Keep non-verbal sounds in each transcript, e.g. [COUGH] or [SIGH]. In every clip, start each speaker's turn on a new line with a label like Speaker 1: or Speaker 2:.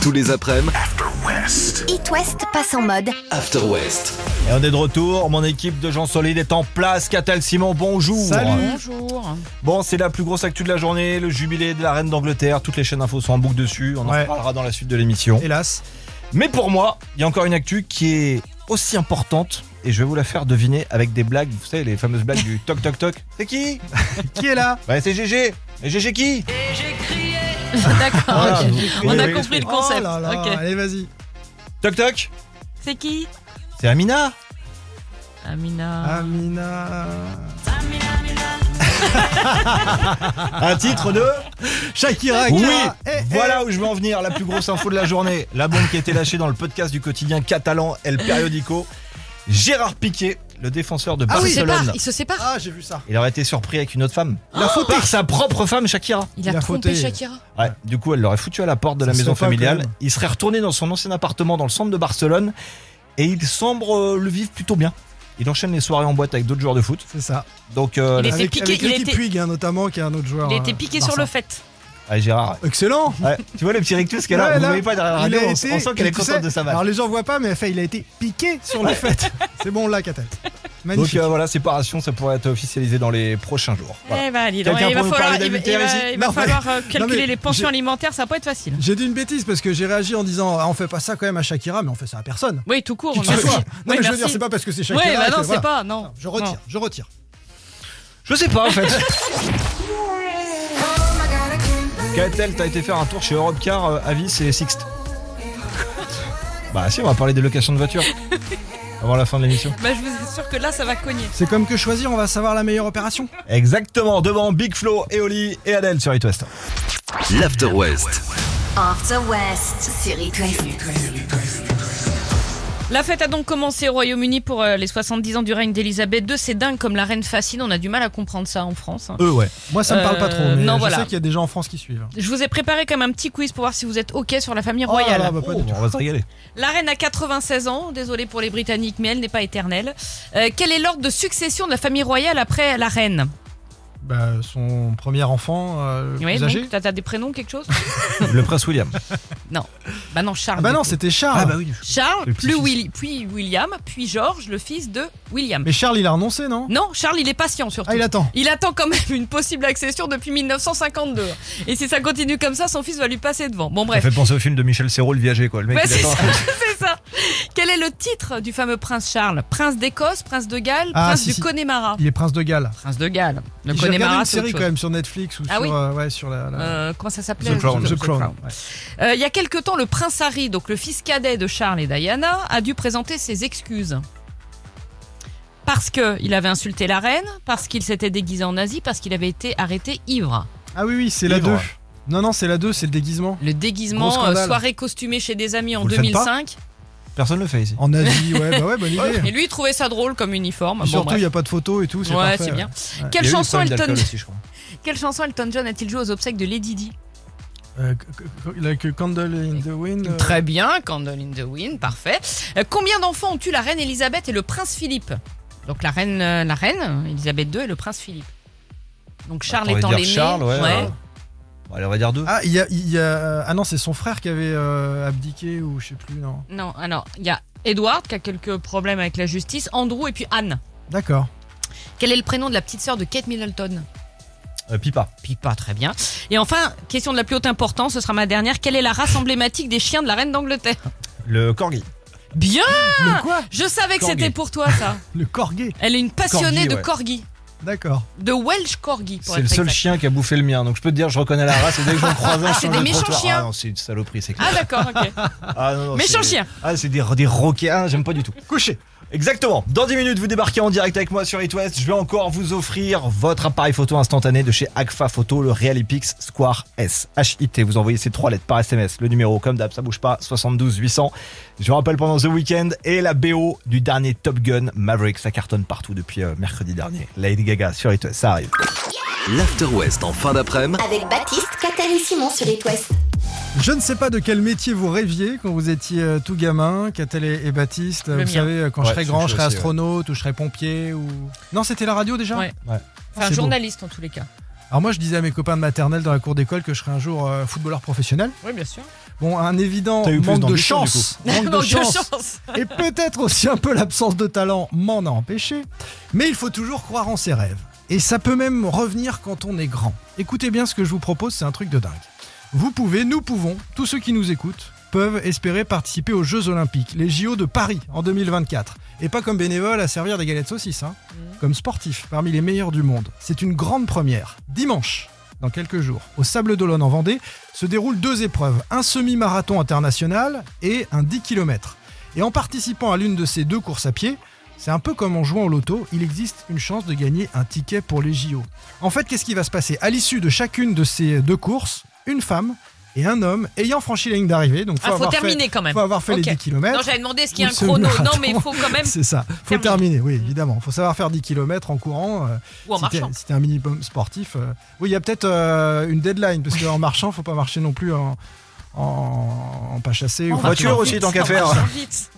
Speaker 1: Tous les après-midi,
Speaker 2: It West passe en mode.
Speaker 1: After West.
Speaker 3: Et on est de retour, mon équipe de gens solides est en place. Catal Simon, bonjour.
Speaker 4: Bonjour.
Speaker 3: Bon, c'est la plus grosse actu de la journée, le jubilé de la reine d'Angleterre. Toutes les chaînes infos sont en boucle dessus. On en
Speaker 5: Ouais.
Speaker 3: parlera dans la suite de l'émission.
Speaker 5: Hélas.
Speaker 3: Mais pour moi, il y a encore une actu qui est aussi importante et je vais vous la faire deviner avec des blagues. Vous savez, les fameuses blagues du toc toc toc. C'est qui
Speaker 5: [LAUGHS] Qui est là
Speaker 3: Ouais, c'est GG. Et GG qui
Speaker 4: D'accord.
Speaker 3: Voilà,
Speaker 4: ok.
Speaker 3: vous-
Speaker 4: Ah, On
Speaker 3: oui,
Speaker 4: a
Speaker 3: oui.
Speaker 4: compris le concept.
Speaker 5: Oh là là,
Speaker 4: Ok.
Speaker 5: Allez, vas-y.
Speaker 3: Toc toc
Speaker 4: [LAUGHS] C'est qui
Speaker 3: C'est Amina
Speaker 5: Ah.
Speaker 4: Amina.
Speaker 5: Amina.
Speaker 3: Un titre de
Speaker 5: Shakira.
Speaker 3: Oui
Speaker 5: Kira. Eh, eh.
Speaker 3: Voilà où je veux en venir, la plus grosse info de la journée. La bombe qui a été lâchée dans le podcast du quotidien catalan El Periodico. Gérard Piquet, le défenseur de
Speaker 5: Ah oui,
Speaker 4: Il se
Speaker 3: Barcelone.
Speaker 4: sépare. Il se sépare.
Speaker 5: Ah, j'ai vu ça.
Speaker 3: il aurait été surpris avec une autre femme. La faute par sa propre femme, Shakira.
Speaker 4: Il a,
Speaker 5: Il a
Speaker 4: trompé
Speaker 5: fauté.
Speaker 4: Shakira.
Speaker 3: Ouais, du coup, elle l'aurait foutu à la porte de la
Speaker 5: Ça se
Speaker 3: maison
Speaker 5: fait pas, quand
Speaker 3: familiale.
Speaker 5: même.
Speaker 3: Il serait retourné dans son ancien appartement dans le centre de Barcelone et il semble euh, le vivre plutôt bien. Il enchaîne les soirées en boîte avec d'autres joueurs de foot.
Speaker 5: C'est ça.
Speaker 3: Donc, euh, la-
Speaker 4: Il était
Speaker 5: avec
Speaker 4: piqué,
Speaker 5: avec
Speaker 4: il
Speaker 5: Ricky
Speaker 4: était-
Speaker 5: Puig, hein, notamment, qui est un autre joueur.
Speaker 4: Il était
Speaker 5: euh,
Speaker 4: piqué
Speaker 5: Barça.
Speaker 4: sur le fait.
Speaker 3: Ouais, Gérard.
Speaker 5: Excellent.
Speaker 3: ouais. tu vois le petit rectus qu'elle a,
Speaker 5: Ouais,
Speaker 3: vous
Speaker 5: là,
Speaker 3: voyez pas derrière la
Speaker 5: il
Speaker 3: radio,
Speaker 5: a
Speaker 3: on,
Speaker 5: été-
Speaker 3: on sent qu'elle
Speaker 5: et
Speaker 3: est
Speaker 5: tu
Speaker 3: contente
Speaker 5: sais,
Speaker 3: de sa vanne.
Speaker 5: Alors les gens voient pas, mais en fait, il a été piqué sur le fait. C'est bon là, Catel.
Speaker 3: Donc
Speaker 5: Magnifique.
Speaker 3: euh, voilà, séparation, ça pourrait être officialisé dans les prochains jours. Voilà.
Speaker 4: Eh ben, dis donc,
Speaker 3: Quelqu'un
Speaker 4: il va
Speaker 3: pour nous
Speaker 4: falloir,
Speaker 3: parler
Speaker 4: il va-
Speaker 3: d'adultère
Speaker 4: il va-
Speaker 3: ici
Speaker 4: il va
Speaker 5: Non, mais- [LAUGHS]
Speaker 4: falloir, euh,
Speaker 5: non,
Speaker 4: calculer
Speaker 5: mais
Speaker 4: les pensions
Speaker 5: j'ai-
Speaker 4: alimentaires, ça va pas être facile.
Speaker 5: J'ai dit une bêtise parce que j'ai réagi en disant ah, on fait pas ça quand même à Shakira, mais on fait ça à personne.
Speaker 4: Oui, tout court.
Speaker 5: Qui que ce
Speaker 4: Oh, merci.
Speaker 5: soit. Non, mais
Speaker 4: Oui,
Speaker 5: je veux
Speaker 4: merci.
Speaker 5: dire, c'est pas parce que c'est Shakira.
Speaker 4: Ouais, bah
Speaker 5: que-
Speaker 4: non,
Speaker 5: voilà.
Speaker 4: c'est pas, non.
Speaker 5: Non, Je retire, je retire.
Speaker 3: Je sais pas en fait. Qu'a-t-elle t'as été faire un tour chez Europe Car, euh, Avis et Sixt Bah si, on va parler des locations de
Speaker 5: [LAUGHS]
Speaker 3: voitures. Avant la fin de l'émission.
Speaker 4: Bah, je vous assure que là, ça va cogner.
Speaker 5: C'est comme que choisir, on va savoir la meilleure opération.
Speaker 3: Exactement, devant Big Flo, Eoli et Adèle sur It West.
Speaker 1: L'After West.
Speaker 2: After West sur It West.
Speaker 4: La fête a donc commencé au Royaume-Uni pour euh, les 70 ans du règne d'Elisabeth II. C'est dingue comme la reine fascine. On a du mal à comprendre ça en France. hein.
Speaker 5: Euh.
Speaker 3: Eux, ouais.
Speaker 5: Moi, ça me parle pas trop.
Speaker 4: Euh,
Speaker 5: Mais
Speaker 4: non,
Speaker 5: je
Speaker 4: voilà.
Speaker 5: sais qu'il y a des gens en France qui suivent.
Speaker 4: Je vous ai préparé comme un petit quiz pour voir si vous êtes OK sur la famille
Speaker 5: Oh là
Speaker 4: royale.
Speaker 5: là, bah, pas du tout.
Speaker 3: on va se régaler.
Speaker 4: La reine a 96 ans, désolée pour les Britanniques, mais elle n'est pas éternelle. Euh, quel est l'ordre de succession de la famille royale après la reine
Speaker 5: Bah, son premier enfant, euh, le
Speaker 4: Oui,
Speaker 5: plus âgé.
Speaker 4: donc, t'as t'as des prénoms,
Speaker 5: [LAUGHS]
Speaker 4: quelque chose
Speaker 3: Le prince William.
Speaker 4: Bah non, Charles.
Speaker 5: Ah bah
Speaker 4: du
Speaker 5: non,
Speaker 4: coup.
Speaker 5: c'était Charles.
Speaker 3: oui.
Speaker 4: Charles,
Speaker 3: Le
Speaker 4: plus
Speaker 3: petit-fils.
Speaker 4: Willi- puis William, puis George, le fils de William.
Speaker 5: Mais Charles, il a renoncé, non
Speaker 4: Non, Charles, il est patient surtout.
Speaker 5: Ah, il attend.
Speaker 4: Il attend quand même une possible accession depuis 1952. Et si ça continue comme ça, son fils va lui passer devant. Bon,
Speaker 3: Ça
Speaker 5: [LAUGHS]
Speaker 4: bref.
Speaker 3: fait penser au film de Michel Serrault, le viager, quoi. Le mec,
Speaker 4: Ouais,
Speaker 3: il
Speaker 4: c'est
Speaker 3: attend.
Speaker 4: ça, [LAUGHS] c'est ça. Quel est le titre du fameux prince Charles Prince d'Écosse, prince de Galles,
Speaker 5: Ah,
Speaker 4: prince
Speaker 5: si,
Speaker 4: du
Speaker 5: si.
Speaker 4: Connemara.
Speaker 5: Il est prince de Galles.
Speaker 4: Prince de Galles. Le
Speaker 5: J'ai regardé
Speaker 4: Connemara,
Speaker 5: une
Speaker 4: c'est autre
Speaker 5: série quand
Speaker 4: chose.
Speaker 5: même sur Netflix ou
Speaker 4: Ah
Speaker 5: sur,
Speaker 4: oui
Speaker 5: euh, ouais, sur la, la-
Speaker 4: Euh, comment ça s'appelait
Speaker 3: The Crown.
Speaker 5: The Crown,
Speaker 4: Crown.
Speaker 5: ouais.
Speaker 4: Euh, il y a quelques temps, le prince Harry, donc le fils cadet de Charles et Diana, a dû présenter ses excuses. Parce qu'il avait insulté la reine, parce qu'il s'était déguisé en nazi, parce qu'il avait été arrêté ivre.
Speaker 5: Ah oui, oui, c'est la
Speaker 3: Livre.
Speaker 5: 2. Non, non, c'est la 2, c'est le déguisement.
Speaker 4: Le
Speaker 5: Gros
Speaker 4: déguisement,
Speaker 5: scandale.
Speaker 4: euh, soirée costumée chez des amis en
Speaker 3: Vous le faites
Speaker 4: 2005.
Speaker 3: Personne le fait ici.
Speaker 5: En [LAUGHS] Asie, ouais, bah ouais, bonne
Speaker 4: Et
Speaker 5: idée.
Speaker 4: lui, il trouvait ça drôle comme uniforme.
Speaker 5: Et
Speaker 4: Bon,
Speaker 5: surtout, il
Speaker 4: bref.
Speaker 5: n'y a pas de photo et tout, c'est
Speaker 4: Ouais,
Speaker 5: parfait.
Speaker 4: c'est bien.
Speaker 5: ouais.
Speaker 4: Quelle,
Speaker 3: Il y a eu le
Speaker 4: chanson
Speaker 3: problème
Speaker 4: Elton...
Speaker 3: d'alcool aussi, je crois.
Speaker 4: Quelle chanson Elton John a-t-il joué aux obsèques de Lady Di
Speaker 5: Euh, c- c- like a Candle in the Wind. euh,
Speaker 4: Très bien, Candle in the Wind, parfait. Euh, combien d'enfants ont eu la reine Elisabeth et le prince Philippe Donc la reine, euh, la reine Elisabeth II et le prince Philippe. Donc Charles
Speaker 3: On va
Speaker 4: étant
Speaker 3: dire
Speaker 4: l'aîné.
Speaker 3: Charles, ouais.
Speaker 4: ouais.
Speaker 3: euh, bon, allez, on va dire deux.
Speaker 5: Ah, il y a, il y a- ah non, c'est son frère qui avait euh, abdiqué ou je sais plus, non.
Speaker 4: Non, alors il y a Edward qui a quelques problèmes avec la justice, Andrew et puis Anne.
Speaker 5: D'accord.
Speaker 4: Quel est le prénom de la petite sœur de Kate Middleton
Speaker 3: Euh, Pipa.
Speaker 4: Pipa, très bien. Et enfin, question de la plus haute importance, ce sera ma dernière. Quelle est la race emblématique des chiens de la reine d'Angleterre
Speaker 3: Le corgi.
Speaker 4: Bien
Speaker 5: Le quoi
Speaker 4: Je savais que
Speaker 3: Corgi.
Speaker 4: c'était pour toi ça.
Speaker 5: Le corgué.
Speaker 4: Elle est une passionnée
Speaker 3: Corgi,
Speaker 4: de
Speaker 3: ouais.
Speaker 4: corgi.
Speaker 5: D'accord.
Speaker 4: De Welsh corgi, pour
Speaker 3: C'est le
Speaker 4: être
Speaker 3: seul
Speaker 4: exact.
Speaker 3: chien qui a bouffé le mien, donc je peux te dire, je reconnais la race et dès que
Speaker 4: [LAUGHS]
Speaker 3: j'en croise un,
Speaker 4: Ah,
Speaker 3: je
Speaker 4: c'est
Speaker 3: change
Speaker 4: des
Speaker 3: de
Speaker 4: méchants
Speaker 3: trottoir.
Speaker 4: chiens.
Speaker 3: Ah non, c'est une saloperie, c'est clair.
Speaker 4: Ah d'accord, [LAUGHS] ok.
Speaker 3: Ah, non, non,
Speaker 4: Méchants
Speaker 3: c'est-
Speaker 4: chiens.
Speaker 3: Ah, c'est des, des requins, j'aime pas du tout. Couché Exactement. Dans 10 minutes, vous débarquez en direct avec moi sur It West. Je vais encore vous offrir votre appareil photo instantané de chez Agfa Photo, le Realipix Square S. HIT. Vous envoyez ces trois lettres par SMS. Le numéro, comme d'hab, ça bouge pas. 72 800. Je vous rappelle pendant The Weekend et la BO du dernier Top Gun Maverick. Ça cartonne partout depuis euh, mercredi dernier. Lady Gaga sur It West. Ça arrive.
Speaker 1: L'After West en fin d'après-midi
Speaker 2: Avec Baptiste, Catel et Simon sur It West.
Speaker 5: Je ne sais pas de quel métier vous rêviez quand vous étiez euh, tout gamin, Catel et, et Baptiste.
Speaker 4: Le
Speaker 5: vous
Speaker 4: mien.
Speaker 5: savez, euh, quand
Speaker 3: Ouais,
Speaker 5: je serai
Speaker 3: c'est
Speaker 5: grand,
Speaker 3: chaud
Speaker 5: je serai
Speaker 3: aussi,
Speaker 5: astronaute ou je serai pompier ou. Non, c'était la radio déjà
Speaker 4: Ouais.
Speaker 3: Ouais.
Speaker 4: Enfin,
Speaker 5: C'est beau.
Speaker 4: journaliste en tous les cas.
Speaker 5: Alors moi, je disais à mes copains de maternelle dans la cour d'école que je serais un jour euh, footballeur professionnel.
Speaker 4: Oui, bien sûr.
Speaker 5: Bon, un évident
Speaker 3: T'as eu plus
Speaker 5: manque de
Speaker 3: d'ambition, du
Speaker 5: chance,
Speaker 4: [LAUGHS] Manque Ah,
Speaker 5: manque de chance, et peut-être aussi un peu l'absence de talent m'en a empêché. Mais il faut toujours croire en ses rêves. Et ça peut même revenir quand on est grand. Écoutez bien ce que je vous propose, c'est un truc de dingue. Vous pouvez, nous pouvons, tous ceux qui nous écoutent, peuvent espérer participer aux Jeux Olympiques, les JO de Paris en 2024. Et pas comme bénévole à servir des galettes saucisses, hein. comme sportif parmi les meilleurs du monde. C'est une grande première. Dimanche, dans quelques jours, au Sable d'Olonne en Vendée, se déroulent deux épreuves, un semi-marathon international et un 10 km. Et en participant à l'une de ces deux courses à pied, c'est un peu comme en jouant au loto, il existe une chance de gagner un ticket pour les JO. En fait, qu'est-ce qui va se passer À l'issue de chacune de ces deux courses, une femme et un homme ayant franchi la ligne d'arrivée, donc faut,
Speaker 4: Ah, faut
Speaker 5: avoir
Speaker 4: terminer
Speaker 5: fait,
Speaker 4: quand même.
Speaker 5: faut avoir fait
Speaker 4: Ok.
Speaker 5: les 10 km.
Speaker 4: Non, j'avais demandé est-ce qu'il y a
Speaker 5: Ou
Speaker 4: un
Speaker 5: ce
Speaker 4: chrono. Non,
Speaker 5: marathon.
Speaker 4: mais il faut quand même.
Speaker 5: C'est ça, faut
Speaker 4: Terminer.
Speaker 5: terminer, oui, évidemment. Faut savoir faire 10 km en courant. euh,
Speaker 4: Ou en
Speaker 5: si t'es-
Speaker 4: marchant.
Speaker 5: Si t'es un minimum sportif. euh, Oui, il y a peut-être euh, une deadline, parce qu'en marchant, faut pas marcher non plus en, en, en pas chassé.
Speaker 3: En voiture
Speaker 4: marchant
Speaker 3: aussi,
Speaker 4: vite,
Speaker 3: tant qu'à
Speaker 4: en
Speaker 3: faire.
Speaker 4: marchant vite.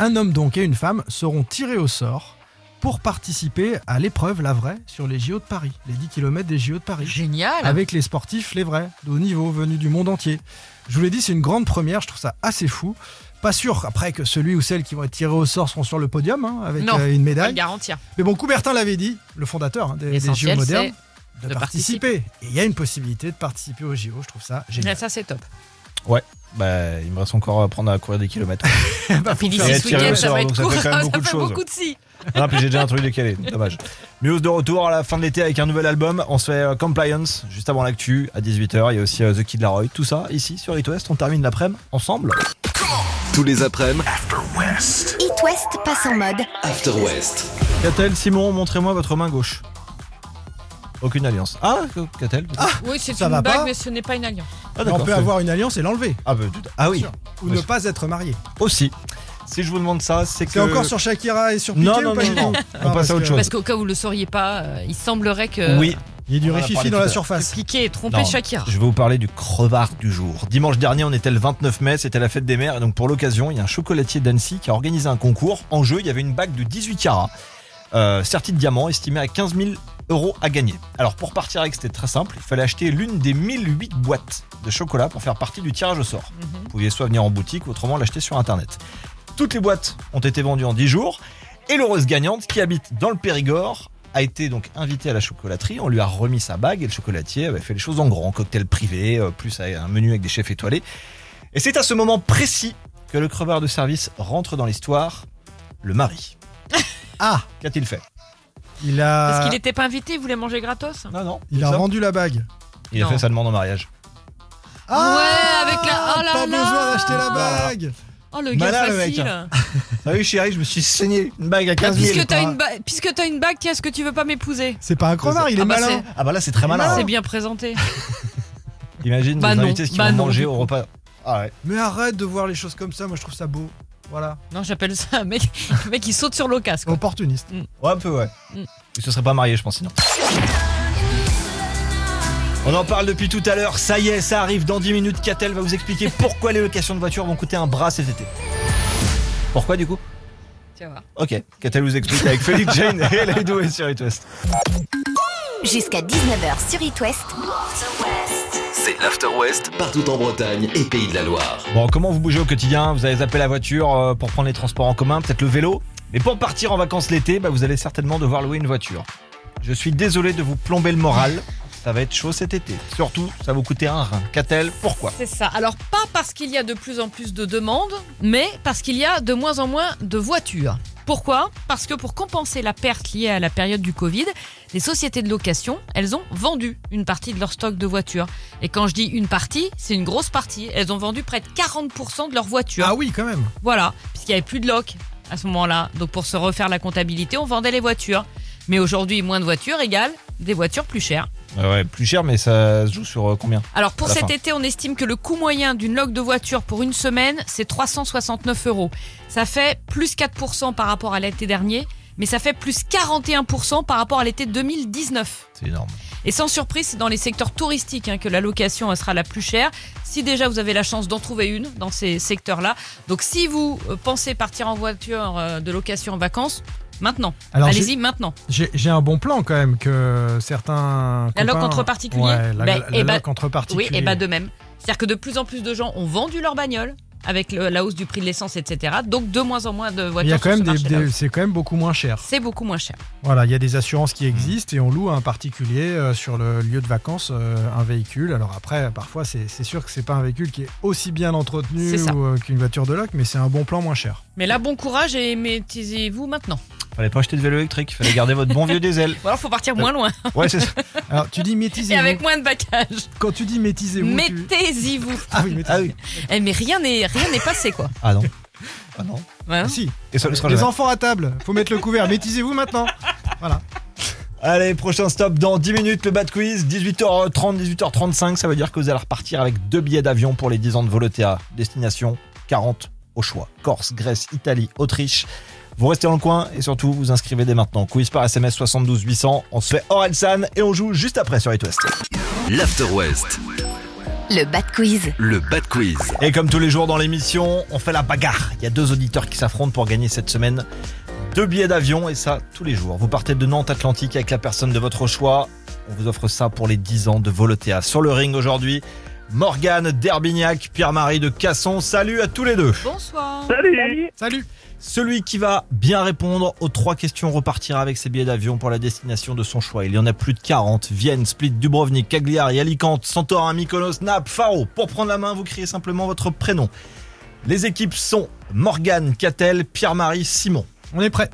Speaker 5: Un homme donc et une femme seront tirés au sort pour participer à l'épreuve, la vraie, sur les JO de Paris, les 10 km des JO de Paris
Speaker 4: Génial.
Speaker 5: avec les sportifs, les vrais, de haut niveau, venus du monde entier. Je vous l'ai dit, c'est une grande première, je trouve ça assez fou. Pas sûr après que celui ou celle qui vont être tirés au sort seront sur le podium hein, avec
Speaker 4: Non,
Speaker 5: euh, une
Speaker 4: Faut le
Speaker 5: médaille.
Speaker 4: garantir.
Speaker 5: Mais bon, Coubertin l'avait dit, le fondateur hein, des, des JO
Speaker 4: L'essentiel,
Speaker 5: modernes, de,
Speaker 4: de
Speaker 5: participer. Et il y a une possibilité de participer aux JO, je trouve ça
Speaker 4: Là,
Speaker 5: génial.
Speaker 4: Ah, ça, c'est top.
Speaker 3: Bah, il me reste encore à apprendre à courir des kilomètres.
Speaker 4: Et puis
Speaker 3: faire
Speaker 4: d'ici ce
Speaker 3: tirer au
Speaker 4: week-end, ça
Speaker 3: sort,
Speaker 4: va
Speaker 3: donc
Speaker 4: être
Speaker 3: ça
Speaker 4: court.
Speaker 3: fait quand même
Speaker 4: [LAUGHS] Ça
Speaker 3: beaucoup de
Speaker 4: fait
Speaker 3: choses.
Speaker 4: beaucoup de si.
Speaker 3: non, Ah, puis j'ai déjà un truc décalé, dommage. Muse de retour à la fin de l'été avec un nouvel album. On se fait euh, Compliance juste avant l'actu à 18h. Il y a aussi euh, The Kid Laroi. Tout ça ici sur It West. On termine l'après-midi ensemble.
Speaker 1: Tous les après-midi,
Speaker 2: It West passe en mode.
Speaker 1: After West.
Speaker 3: Catel, Simon, montrez-moi votre main gauche. Aucune alliance. Ah, Catel. Ah,
Speaker 4: Oui, c'est
Speaker 5: Ça
Speaker 4: une
Speaker 5: va
Speaker 4: bague,
Speaker 5: pas
Speaker 4: mais ce n'est pas une alliance.
Speaker 5: Mais on peut avoir une alliance et l'enlever,
Speaker 3: Ah, bah, tout- ah oui,
Speaker 5: Sûr. ou
Speaker 3: Oui.
Speaker 5: ne pas être marié.
Speaker 3: aussi. Si je vous demande ça, c'est que.
Speaker 5: C'est encore sur Shakira et sur Piqué
Speaker 3: Non,
Speaker 5: ou
Speaker 3: non,
Speaker 5: pas
Speaker 3: non,
Speaker 5: du
Speaker 3: non.
Speaker 5: tout
Speaker 3: On
Speaker 5: Ah,
Speaker 3: passe
Speaker 5: parce
Speaker 3: à autre
Speaker 5: que-
Speaker 3: chose.
Speaker 4: Parce qu'au cas où vous le sauriez pas, euh, il semblerait que
Speaker 3: Oui.
Speaker 5: Il y a du
Speaker 3: On en a parlé
Speaker 5: réfifi
Speaker 3: tout
Speaker 5: dans
Speaker 3: à
Speaker 5: la
Speaker 3: l'heure.
Speaker 5: surface.
Speaker 4: Piqué ait trompé
Speaker 3: Non,
Speaker 4: Shakira.
Speaker 3: Je vais vous parler du crevard du jour. Dimanche dernier, on était le 29 mai, c'était la fête des mères, et donc pour l'occasion, il y a un chocolatier d'Annecy qui a organisé un concours. En jeu, il y avait une bague de 18 carats, euh, sertie de diamants, estimée à 15 000 euros à gagner. Alors pour partir avec, c'était très simple, il fallait acheter l'une des 1008 boîtes de chocolat pour faire partie du tirage au sort.
Speaker 4: Mhm.
Speaker 3: Vous pouviez soit venir en boutique, ou autrement l'acheter sur Internet. Toutes les boîtes ont été vendues en 10 jours, et l'heureuse gagnante, qui habite dans le Périgord, a été donc invitée à la chocolaterie. On lui a remis sa bague et le chocolatier avait fait les choses en grand, cocktail privé, euh, plus un menu avec des chefs étoilés. Et c'est à ce moment précis que le crevard de service rentre dans l'histoire, le [LAUGHS] mari.
Speaker 5: Ah,
Speaker 3: Qu'a-t-il fait
Speaker 5: il a,
Speaker 4: Parce qu'il n'était pas invité, il voulait manger gratos.
Speaker 3: Non, non.
Speaker 5: il a rendu la bague. Ah,
Speaker 3: Il a
Speaker 4: Non.
Speaker 3: fait sa demande en mariage.
Speaker 4: Ouais, avec la- oh là
Speaker 5: Pas
Speaker 4: là.
Speaker 5: besoin d'acheter la bague.
Speaker 4: Oh, le gars
Speaker 3: Malin, le mec,
Speaker 4: facile.
Speaker 3: [LAUGHS] Ah oui, chérie, je me suis saigné une bague à 15 000.
Speaker 4: Puisque t'as une, ba- puisque t'as une bague, qu'est-ce que tu veux pas m'épouser
Speaker 5: C'est pas un crevard, il est
Speaker 4: Ah bah,
Speaker 5: malin.
Speaker 3: Ah bah là, c'est très malin.
Speaker 4: C'est bien présenté.
Speaker 3: Imagine
Speaker 4: Bah
Speaker 3: les
Speaker 4: non,
Speaker 3: invités ce qu'ils
Speaker 4: bah
Speaker 3: vont
Speaker 4: non.
Speaker 3: manger au repas. Ah ouais.
Speaker 5: Mais arrête de voir les choses comme ça, moi je trouve ça beau. Voilà,
Speaker 4: Non, j'appelle ça un mec, un mec qui saute sur l'occasion.
Speaker 5: Oh. opportuniste.
Speaker 3: Ouais, un peu, ouais.
Speaker 4: Mm.
Speaker 3: Il se serait pas marié, je pense, sinon. On en parle depuis tout à l'heure, ça y est, ça arrive dans 10 minutes. Catel va vous [LAUGHS] expliquer pourquoi les locations de voitures vont coûter un bras cet été. Pourquoi du coup
Speaker 4: Tu vas voir.
Speaker 3: Ok, Catel vous explique avec Félix Jane et Laïdou et sur It West.
Speaker 2: Jusqu'à 19h sur It West.
Speaker 1: C'est l'After West partout en Bretagne et Pays de la Loire.
Speaker 3: Bon, comment vous bougez au quotidien Vous avez zappé la voiture euh, pour prendre les transports en commun, peut-être le vélo. Mais pour partir en vacances l'été, bah, vous allez certainement devoir louer une voiture. Je suis désolé de vous plomber le moral. Ça va être chaud cet été. Surtout, ça va vous coûter un rein. Catel, pourquoi
Speaker 4: C'est ça. Alors, pas parce qu'il y a de plus en plus de demandes, mais parce qu'il y a de moins en moins de voitures. Pourquoi Parce que pour compenser la perte liée à la période du Covid, les sociétés de location, elles ont vendu une partie de leur stock de voitures. Et quand je dis une partie, c'est une grosse partie. Elles ont vendu près de 40% de leurs voitures.
Speaker 5: Ah oui, quand même.
Speaker 4: Voilà, puisqu'il n'y avait plus de loc à ce moment-là. Donc pour se refaire la comptabilité, on vendait les voitures. Mais aujourd'hui, moins de voitures égale des voitures plus chères.
Speaker 3: Ah Ouais, plus cher, mais ça se joue sur euh, combien
Speaker 4: Alors pour
Speaker 3: À la
Speaker 4: cet
Speaker 3: fin.
Speaker 4: été, on estime que le coût moyen d'une loc de voiture pour une semaine, c'est 369 euros. Ça fait plus 4% par rapport à l'été dernier, mais ça fait plus 41% par rapport à l'été 2019.
Speaker 3: C'est énorme.
Speaker 4: Et sans surprise, c'est dans les secteurs touristiques hein, que la location elle sera la plus chère. Si déjà vous avez la chance d'en trouver une dans ces secteurs-là. Donc si vous euh, pensez partir en voiture euh, de location en vacances, Maintenant.
Speaker 5: Alors, j'ai-
Speaker 4: Allez-y, maintenant.
Speaker 5: J'ai j'ai un bon plan quand même que certains.
Speaker 4: La
Speaker 5: copains-
Speaker 4: loque entre particuliers
Speaker 5: Ouais, la,
Speaker 4: Bah,
Speaker 5: la
Speaker 4: eh bah,
Speaker 5: loque entre particuliers.
Speaker 4: Oui, et bah de même. C'est-à-dire que de plus en plus de gens ont vendu leur bagnole avec le- la hausse du prix de l'essence, etc. Donc de moins en moins de
Speaker 5: Il
Speaker 4: voitures.
Speaker 5: y a quand
Speaker 4: sur
Speaker 5: même
Speaker 4: ce
Speaker 5: des,
Speaker 4: marché-là.
Speaker 5: des- c'est quand même beaucoup moins cher.
Speaker 4: C'est beaucoup moins cher.
Speaker 5: Voilà, il y a des assurances qui
Speaker 4: Mmh.
Speaker 5: existent et on loue à un particulier euh, sur le lieu de vacances euh, un véhicule. Alors après, parfois, c'est c'est sûr que c'est pas un véhicule qui est aussi bien entretenu
Speaker 4: C'est ça.
Speaker 5: ou, euh, qu'une voiture de loc, mais c'est un bon plan moins cher.
Speaker 4: Mais là, bon courage et mettez-vous maintenant.
Speaker 3: Fallait pas acheter de vélo électrique, fallait garder votre bon vieux diesel.
Speaker 4: Ou alors, faut partir moins loin
Speaker 3: [LAUGHS] Ouais, c'est ça.
Speaker 5: Alors tu
Speaker 4: [LAUGHS]
Speaker 5: dis
Speaker 4: et
Speaker 5: métisez-vous.
Speaker 4: avec moins de bagage.
Speaker 5: Quand tu dis métisez-vous, tu-
Speaker 4: Mettez-y vous.
Speaker 5: ah oui, métisez
Speaker 3: Ah oui.
Speaker 4: Eh, mais rien n'est rien n'est passé quoi.
Speaker 3: Ah non. Ah non.
Speaker 4: Hein
Speaker 5: Si,
Speaker 3: Et ça le sera
Speaker 5: les
Speaker 3: jamais.
Speaker 5: enfants à table, faut mettre le couvert. Métisez-vous maintenant. Voilà.
Speaker 3: Allez, prochain stop dans 10 minutes, le bad quiz. 18h30, 18h35, ça veut dire que vous allez repartir avec deux billets d'avion pour les 10 ans de Volotea. Destination 40 au choix. Corse, Grèce, Italie, Autriche. Vous restez dans le coin et surtout vous inscrivez dès maintenant. Quiz par SMS 72 800. On se fait Orelsan et on joue juste après sur It West.
Speaker 1: L'After West,
Speaker 2: Le Bat Quiz.
Speaker 1: le Bad Quiz.
Speaker 3: Et comme tous les jours dans l'émission, on fait la bagarre. Il y a deux auditeurs qui s'affrontent pour gagner cette semaine deux billets d'avion et ça tous les jours. Vous partez de Nantes Atlantique avec la personne de votre choix. On vous offre ça pour les 10 ans de Volotea. Sur le ring aujourd'hui, Morgane d'Herbignac, Pierre-Marie de Casson. Salut à tous les deux.
Speaker 4: Bonsoir.
Speaker 5: Salut.
Speaker 3: Celui qui va bien répondre aux trois questions repartira avec ses billets d'avion pour la destination de son choix. Il y en a plus de 40. Vienne, Split, Dubrovnik, Cagliari, Alicante, Santorin, Mykonos, Naples, Faro. Pour prendre la main, vous criez simplement votre prénom. Les équipes sont Morgane, Catel, Pierre-Marie, Simon.
Speaker 5: On est prêt.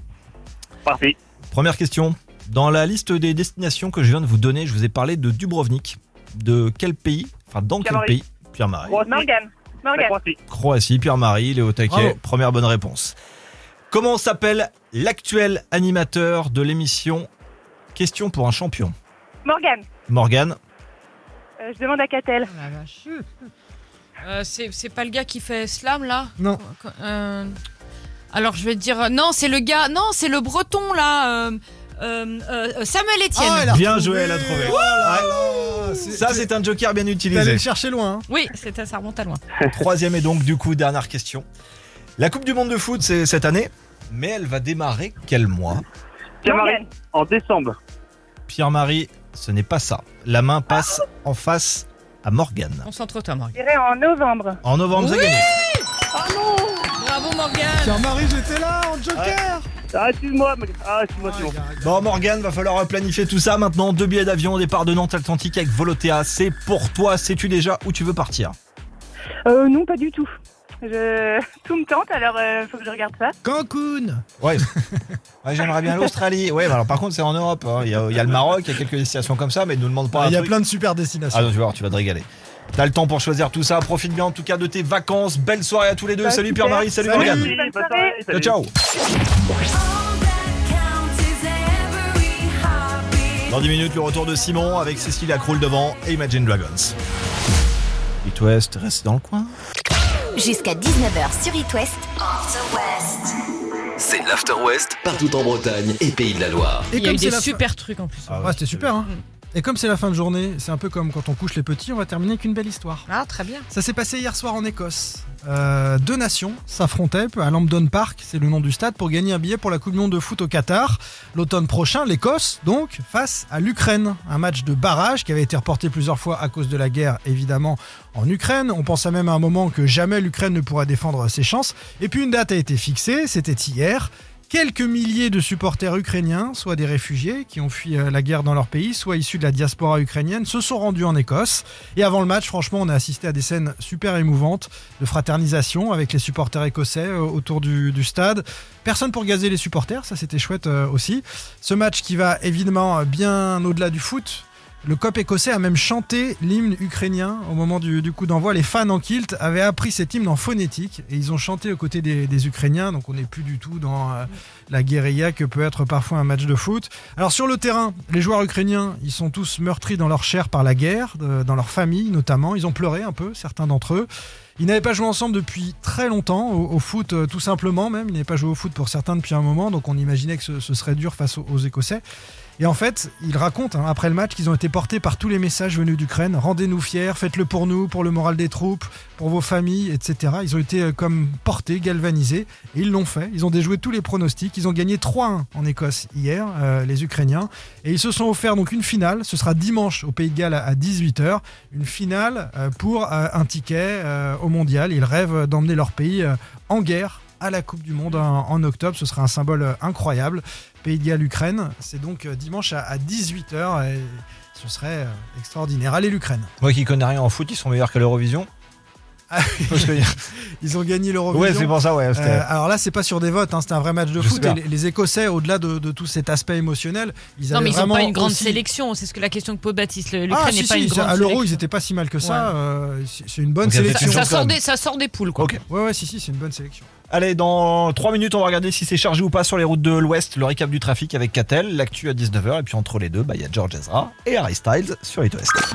Speaker 6: Parti.
Speaker 3: Première question. Dans la liste des destinations que je viens de vous donner, je vous ai parlé de Dubrovnik. De quel pays Enfin, dans quel
Speaker 6: Cagliari.
Speaker 3: pays Pierre-Marie.
Speaker 7: Morgane.
Speaker 6: La
Speaker 7: Morgane.
Speaker 6: Croatie.
Speaker 3: Croatie, Pierre-Marie, Léo Taquet.
Speaker 5: Bravo.
Speaker 3: Première bonne réponse. Comment s'appelle l'actuel animateur de l'émission Question pour un champion
Speaker 7: Morgane.
Speaker 3: Morgane,
Speaker 7: Euh, je demande à Catel.
Speaker 4: Oh la vache. Euh, c'est c'est pas le gars qui fait slam là
Speaker 5: Non.
Speaker 4: Euh, alors je vais te dire euh, non c'est le gars non c'est le breton là euh, euh, euh, Samuel Etienne.
Speaker 5: Ah, elle a
Speaker 3: Bien
Speaker 5: retrouvé.
Speaker 3: joué, elle a trouvé.
Speaker 5: Oh là là, c'est-
Speaker 3: ça c'est un joker bien
Speaker 5: T'es allé
Speaker 3: utilisé.
Speaker 5: le chercher loin. hein.
Speaker 4: Oui c'était ça remonte à loin.
Speaker 3: Troisième et donc du coup dernière question. La Coupe du Monde de foot c'est cette année, mais elle va démarrer quel mois
Speaker 6: Pierre-Marie, en décembre.
Speaker 3: Pierre-Marie, ce n'est pas ça. La main passe en face à Morgane.
Speaker 4: Concentre-toi Morgan.
Speaker 7: Je dirais en novembre.
Speaker 3: En novembre, vous avez gagné.
Speaker 4: Bravo Morgan.
Speaker 5: Pierre-Marie, j'étais là en joker.
Speaker 6: Ah, excuse-moi, mec. Ah, excuse-moi, c'est bon.
Speaker 3: Bon Morgane, va falloir planifier tout ça maintenant. Deux billets d'avion au départ de Nantes Atlantique avec Volotea. C'est pour toi. Sais-tu déjà où tu veux partir
Speaker 7: Euh, non, pas du tout. Je... [LAUGHS] Tout me tente, alors euh, faut que je regarde ça.
Speaker 5: Cancun.
Speaker 3: Ouais. J'aimerais bien l'Australie. Ouais, mais alors par contre c'est en Europe. hein. Il y, a- il y a le Maroc, il y a quelques destinations comme ça, mais ne nous demande pas. un
Speaker 5: Il y a
Speaker 3: truc.
Speaker 5: plein de super
Speaker 3: Ah
Speaker 5: destinations.
Speaker 3: non, tu vas voir, tu vas te régaler. T'as le temps pour choisir tout ça. Profite bien en tout cas de tes vacances. Belle soirée à tous les deux.
Speaker 7: Bah,
Speaker 3: salut
Speaker 7: super.
Speaker 3: Pierre-Marie, salut,
Speaker 5: Salut.
Speaker 3: Morgane.
Speaker 6: Merci,
Speaker 7: Bonne
Speaker 6: bonne soirée.
Speaker 7: soirée.
Speaker 3: Ciao,
Speaker 6: Salut.
Speaker 3: ciao. Dans 10 minutes, le retour de Simon avec Cécile Acroul devant et Imagine Dragons. It West reste dans le coin.
Speaker 2: Jusqu'à 19h sur It West.
Speaker 1: C'est l'After West partout en Bretagne et Pays de la Loire.
Speaker 5: Et
Speaker 4: Il y a eu
Speaker 5: comme c'est
Speaker 4: des
Speaker 5: la fin-
Speaker 4: super trucs en plus.
Speaker 3: Ah
Speaker 5: Ouais, c'était super. Hein. Et comme c'est la fin de journée, c'est un peu comme quand on couche les petits, on va terminer avec une belle histoire.
Speaker 4: Ah très bien.
Speaker 5: Ça s'est passé hier soir en Écosse. Euh, deux nations s'affrontaient à Lambton Park, c'est le nom du stade, pour gagner un billet pour la Coupe du Monde de foot au Qatar. L'automne prochain, l'Écosse, donc, face à l'Ukraine. Un match de barrage qui avait été reporté plusieurs fois à cause de la guerre, évidemment, en Ukraine. On pensait même à un moment que jamais l'Ukraine ne pourra défendre ses chances. Et puis une date a été fixée, c'était hier. Quelques milliers de supporters ukrainiens, soit des réfugiés qui ont fui euh, la guerre dans leur pays, soit issus de la diaspora ukrainienne, se sont rendus en Écosse. Et avant le match, franchement, on a assisté à des scènes super émouvantes de fraternisation avec les supporters écossais euh, autour du, du stade. Personne pour gazer les supporters, ça c'était chouette euh, aussi. Ce match qui va évidemment euh, bien au-delà du foot. Le cop écossais a même chanté l'hymne ukrainien au moment du, du coup d'envoi. Les fans en kilt avaient appris cet hymne en phonétique et ils ont chanté aux côtés des, des Ukrainiens. Donc on n'est plus du tout dans euh, la guérilla que peut être parfois un match de foot. Alors sur le terrain, les joueurs ukrainiens, ils sont tous meurtris dans leur chair par la guerre, de- dans leur famille notamment. Ils ont pleuré un peu, certains d'entre eux. Ils n'avaient pas joué ensemble depuis très longtemps, au, au foot euh, tout simplement même. Ils n'avaient pas joué au foot pour certains depuis un moment, donc on imaginait que ce, ce serait dur face aux, aux Écossais. Et en fait, ils racontent hein, après le match qu'ils ont été portés par tous les messages venus d'Ukraine. Rendez-nous fiers, faites-le pour nous, pour le moral des troupes, pour vos familles, etc. Ils ont été euh, comme portés, galvanisés, et ils l'ont fait. Ils ont déjoué tous les pronostics. Ils ont gagné 3-1 en Écosse hier, euh, les Ukrainiens. Et ils se sont offerts donc une finale. Ce sera dimanche au Pays de Galles à- à 18h. Une finale euh, pour euh, un ticket euh, au mondial. Ils rêvent d'emmener leur pays euh, en guerre à la Coupe du Monde en, en octobre. Ce sera un symbole euh, incroyable. Pays de Galles, Ukraine. C'est donc euh, dimanche à, 18h. Et ce serait euh, extraordinaire.
Speaker 3: [LAUGHS]
Speaker 5: Allez, l'Ukraine.
Speaker 3: Moi qui connais rien en foot, ils sont meilleurs qu'à l'Eurovision.
Speaker 5: Ah
Speaker 3: Faut se le dire.
Speaker 5: Ils ont gagné l'Eurovision.
Speaker 3: ouais, c'est pour ça, ouais. c'était-
Speaker 5: Euh, alors là, c'est pas sur des votes, hein, c'est un vrai match de
Speaker 3: Je sais
Speaker 5: foot.
Speaker 3: bien.
Speaker 5: Et les, les Écossais, au-delà de, de tout cet aspect émotionnel, ils
Speaker 4: Non,
Speaker 5: avaient
Speaker 4: mais ils n'ont
Speaker 5: vraiment
Speaker 4: pas une grande
Speaker 5: aussi-
Speaker 4: sélection. C'est ce que la question que pose Baptiste. Le- L'Ukraine
Speaker 5: Ah,
Speaker 4: n'est
Speaker 5: si,
Speaker 4: pas
Speaker 5: si,
Speaker 4: une grande
Speaker 5: à l'Euro, ils
Speaker 4: sélection.
Speaker 5: étaient pas si mal que ça.
Speaker 4: Ouais.
Speaker 5: euh, c'est c'est une bonne
Speaker 3: Donc, il y avait
Speaker 5: sélection.
Speaker 3: une
Speaker 4: Ça
Speaker 3: quand
Speaker 4: sort,
Speaker 3: même.
Speaker 4: des, ça sort des poules, quoi.
Speaker 3: Ok.
Speaker 5: Ouais, ouais, si, si, c'est une bonne sélection.
Speaker 3: Allez, dans 3 minutes, on va regarder si c'est chargé ou pas sur les routes de l'Ouest. Le récap du trafic avec Catel, l'actu à 19h. Et puis entre les deux, bah, il y a George Ezra et Harry Styles sur It West.